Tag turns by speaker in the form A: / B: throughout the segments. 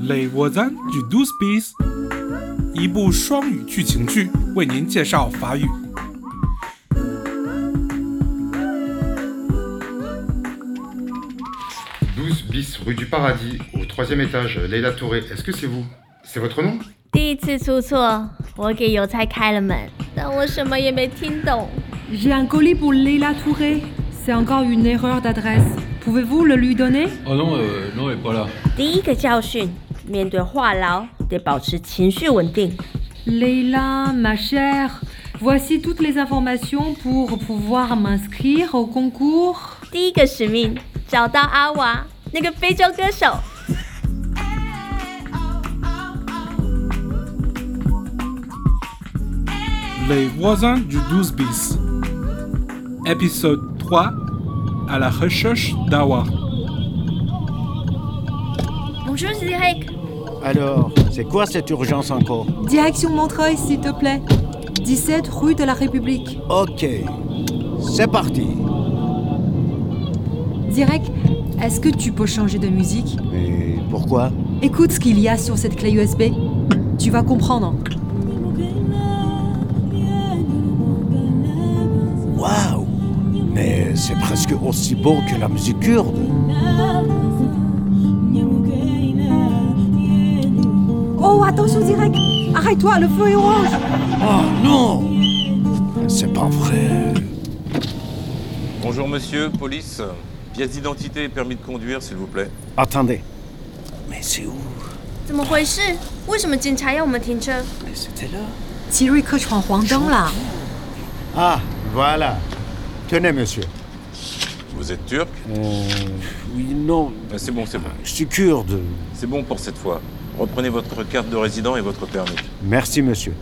A: Les voisins du d o u s p i s 一部双语剧情剧，为您介绍法语。
B: 12 bis rue du Paradis, au troisième étage, Leila Touré, est-ce que c'est vous C'est votre nom
C: 第一次出错，我给邮差开了门，但我什么也没听懂。
D: J'ai un colis pour Leila Touré. C'est encore une erreur d'adresse. Pouvez-vous le lui donner
E: Oh non, euh, non, elle n'est pas là.
C: 第一个教训，面对话痨得保持情绪稳定。
D: Leila, ma chère, voici toutes les informations pour pouvoir m'inscrire au concours.
C: 第一个使命，找到阿娃那个非洲歌手。
A: Les voisins du 12 bis. Épisode 3 à la recherche d'Awa.
C: Bonjour Zirek，
F: Alors, c'est quoi cette urgence encore
D: Direction Montreuil, s'il te plaît. 17 rue de la République.
F: Ok, c'est parti.
D: Direct, est-ce que tu peux changer de musique
F: Mais pourquoi
D: Écoute ce qu'il y a sur cette clé USB. Tu vas comprendre.
F: Waouh Mais c'est presque aussi beau que la musique kurde.
D: Oh, attention, Direct Arrête-toi, le feu est orange
F: Oh non C'est pas vrai.
G: Bonjour monsieur, police. Pièce d'identité et permis de conduire, s'il vous plaît.
F: Attendez. Mais c'est où
C: 怎么回事？为什么警察要我们停车？
F: Mais c'était là.
D: Thierry Coach prend Huang Dong, là.
F: Ah, voilà. Tenez, monsieur.
G: Vous êtes turc
F: Euh, oui, non,
G: Ah, C'est bon, c'est bon.
F: je suis kurde.
G: C'est bon pour cette fois. Reprenez votre carte de résident et votre permis.
F: Merci, monsieur.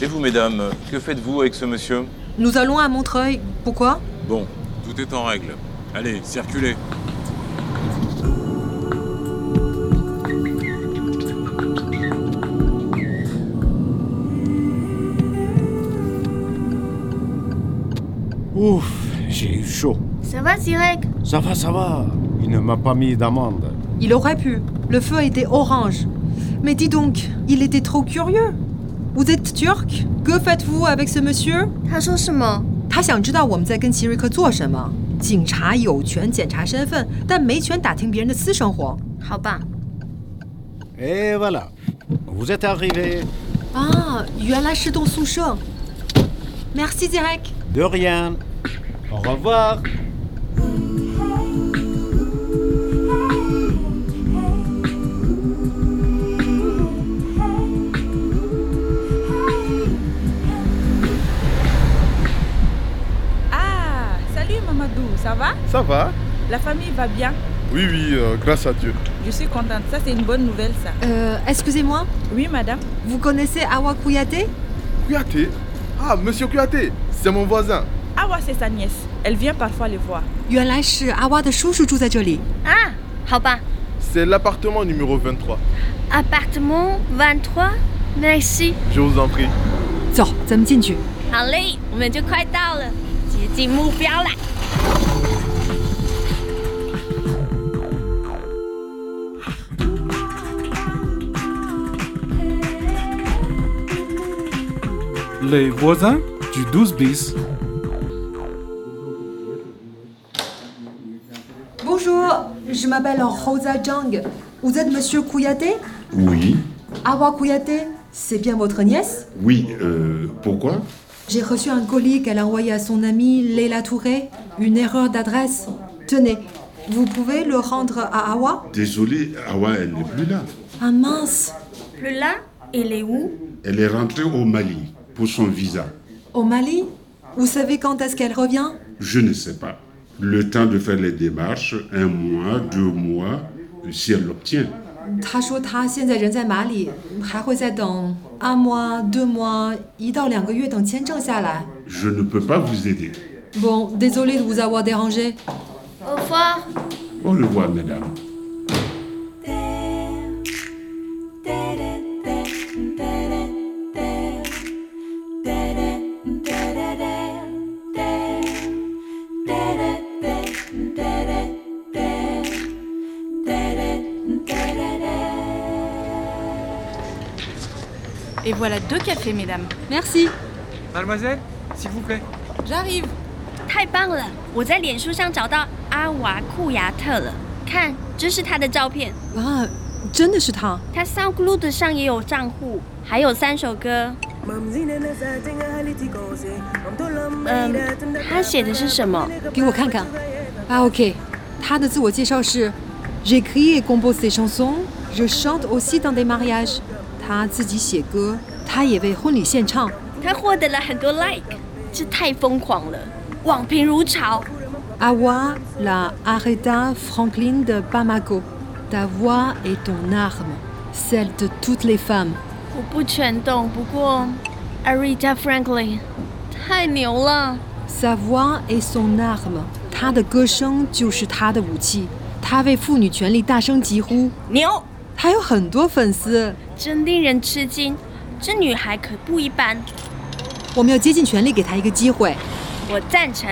G: Et vous, mesdames, que faites-vous avec ce monsieur
D: Nous allons à Montreuil. Pourquoi
G: Bon, tout est en règle. Allez, circulez.
F: Ouf, j'ai eu chaud.
C: Ça va Zirek？
F: Ça va, ça va. Il ne m'a pas mis d'amende.
D: Il aurait pu. Le feu était orange. Mais dis donc, il était trop curieux. Vous êtes turc Que faites-vous avec ce monsieur
C: 他说什么？
D: 他想知道我们在跟奇瑞克做什么。警察有权检查身份，但没权打听别人的私生活。
C: 好吧，
F: Et voilà. Vous êtes arrivé.
D: 啊，原来是栋宿舍。Merci Direct。
F: De rien. Au revoir.
H: Ah, salut Mamadou, ça va
B: Ça va
H: La famille va bien
B: Oui, oui, euh, grâce à Dieu.
H: Je suis contente, ça c'est une bonne nouvelle ça.
D: Euh, excusez-moi,
H: Oui madame
D: vous connaissez Awa Kouyaté
B: Kouyaté Ah, monsieur Kouyaté, c'est mon voisin.
H: Ah ouais, c'est sa nièce, elle vient parfois les voir.
D: 原来是阿哇的叔叔住在这里。
C: 啊，好吧。
B: C'est l'appartement numéro 23.
C: Appartement vingt-trois, merci。
B: Je vous en prie.
D: 走，咱们进去。
C: 好嘞，我们就快到了，接近目标啦。
A: Les voisins du 12 bis.
D: Bonjour, je m'appelle Rosa Jang. Vous êtes Monsieur Kouyaté
I: Oui,
D: Awa Kouyaté, c'est bien votre nièce
I: oui, euh, pourquoi
D: J'ai reçu un colis qu'elle a envoyé à son amie Leila Touré. Une erreur d'adresse. Tenez, vous pouvez le rendre à Awa
I: Désolé, Awa, elle n'est plus là.
D: Ah mince
C: Le là, il est où
I: Elle est rentrée au Mali pour son visa.
D: Au Mali Vous savez quand est-ce qu'elle revient
I: Je ne sais pas. Le temps de faire les démarches, un mois, deux mois, si elle l'obtient.
D: 她说她现在人在马里，还会再等啊 un mois, deux mois, 一到两个月等签证下来。
I: Je ne peux pas vous aider.
D: Bon, désolé de vous avoir dérangé.
C: Au revoir。
I: Au revoir, mesdames.
J: Et voilà deux cafés, mesdames.
D: Merci.
K: Mademoiselle, s'il vous plaît.
J: J'arrive.
C: 太棒了！我在脸书上找到阿瓦库亚特了，看，这是他的照片。
D: Ah, 真的是他。
C: 他 SoundCloud 上也有账户，还有三首歌。
H: Euh,
C: 嗯，他写的是什么？
D: 给我看看。Ah ok，他的自我介绍是：J'écris et compose des chansons, je chante aussi dans des mariages。他自己写歌，他也为婚礼献唱。
C: 他获得了很多 like，这太疯狂了，网评如潮。
D: Awa, la Aretha Franklin de Bamako. Ta voix est ton arme, celle de toutes les femmes.
C: 我不全懂，不过 Aretha Franklin 太牛了。
D: Sa voix est son arme. 她的歌声就是她的武器。她为妇女权利大声疾呼，
C: 牛，
D: 她有很多粉丝。
C: 真令人吃惊。这女孩可不一般，
D: 我们要竭尽全力给她一个机会。
C: 我赞成。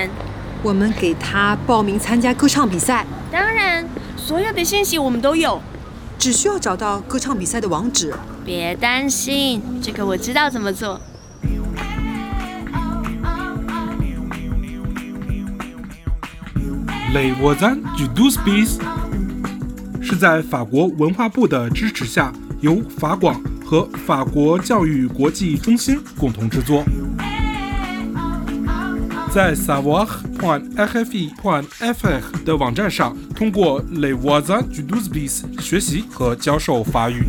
D: 我们给她报名参加歌唱比赛，
C: 当然，所有的信息我们都有。
D: 只需要找到歌唱比赛的网址。
C: 别担心，这个我知道怎么做。
A: Les voisins du 12 bis 是在法国文化部的支持下，由法广和法国教育国际中心共同制作。在 savoir.rfi.fr 的网站上，通过 Les voisins du 12 bis 学习和教授法语。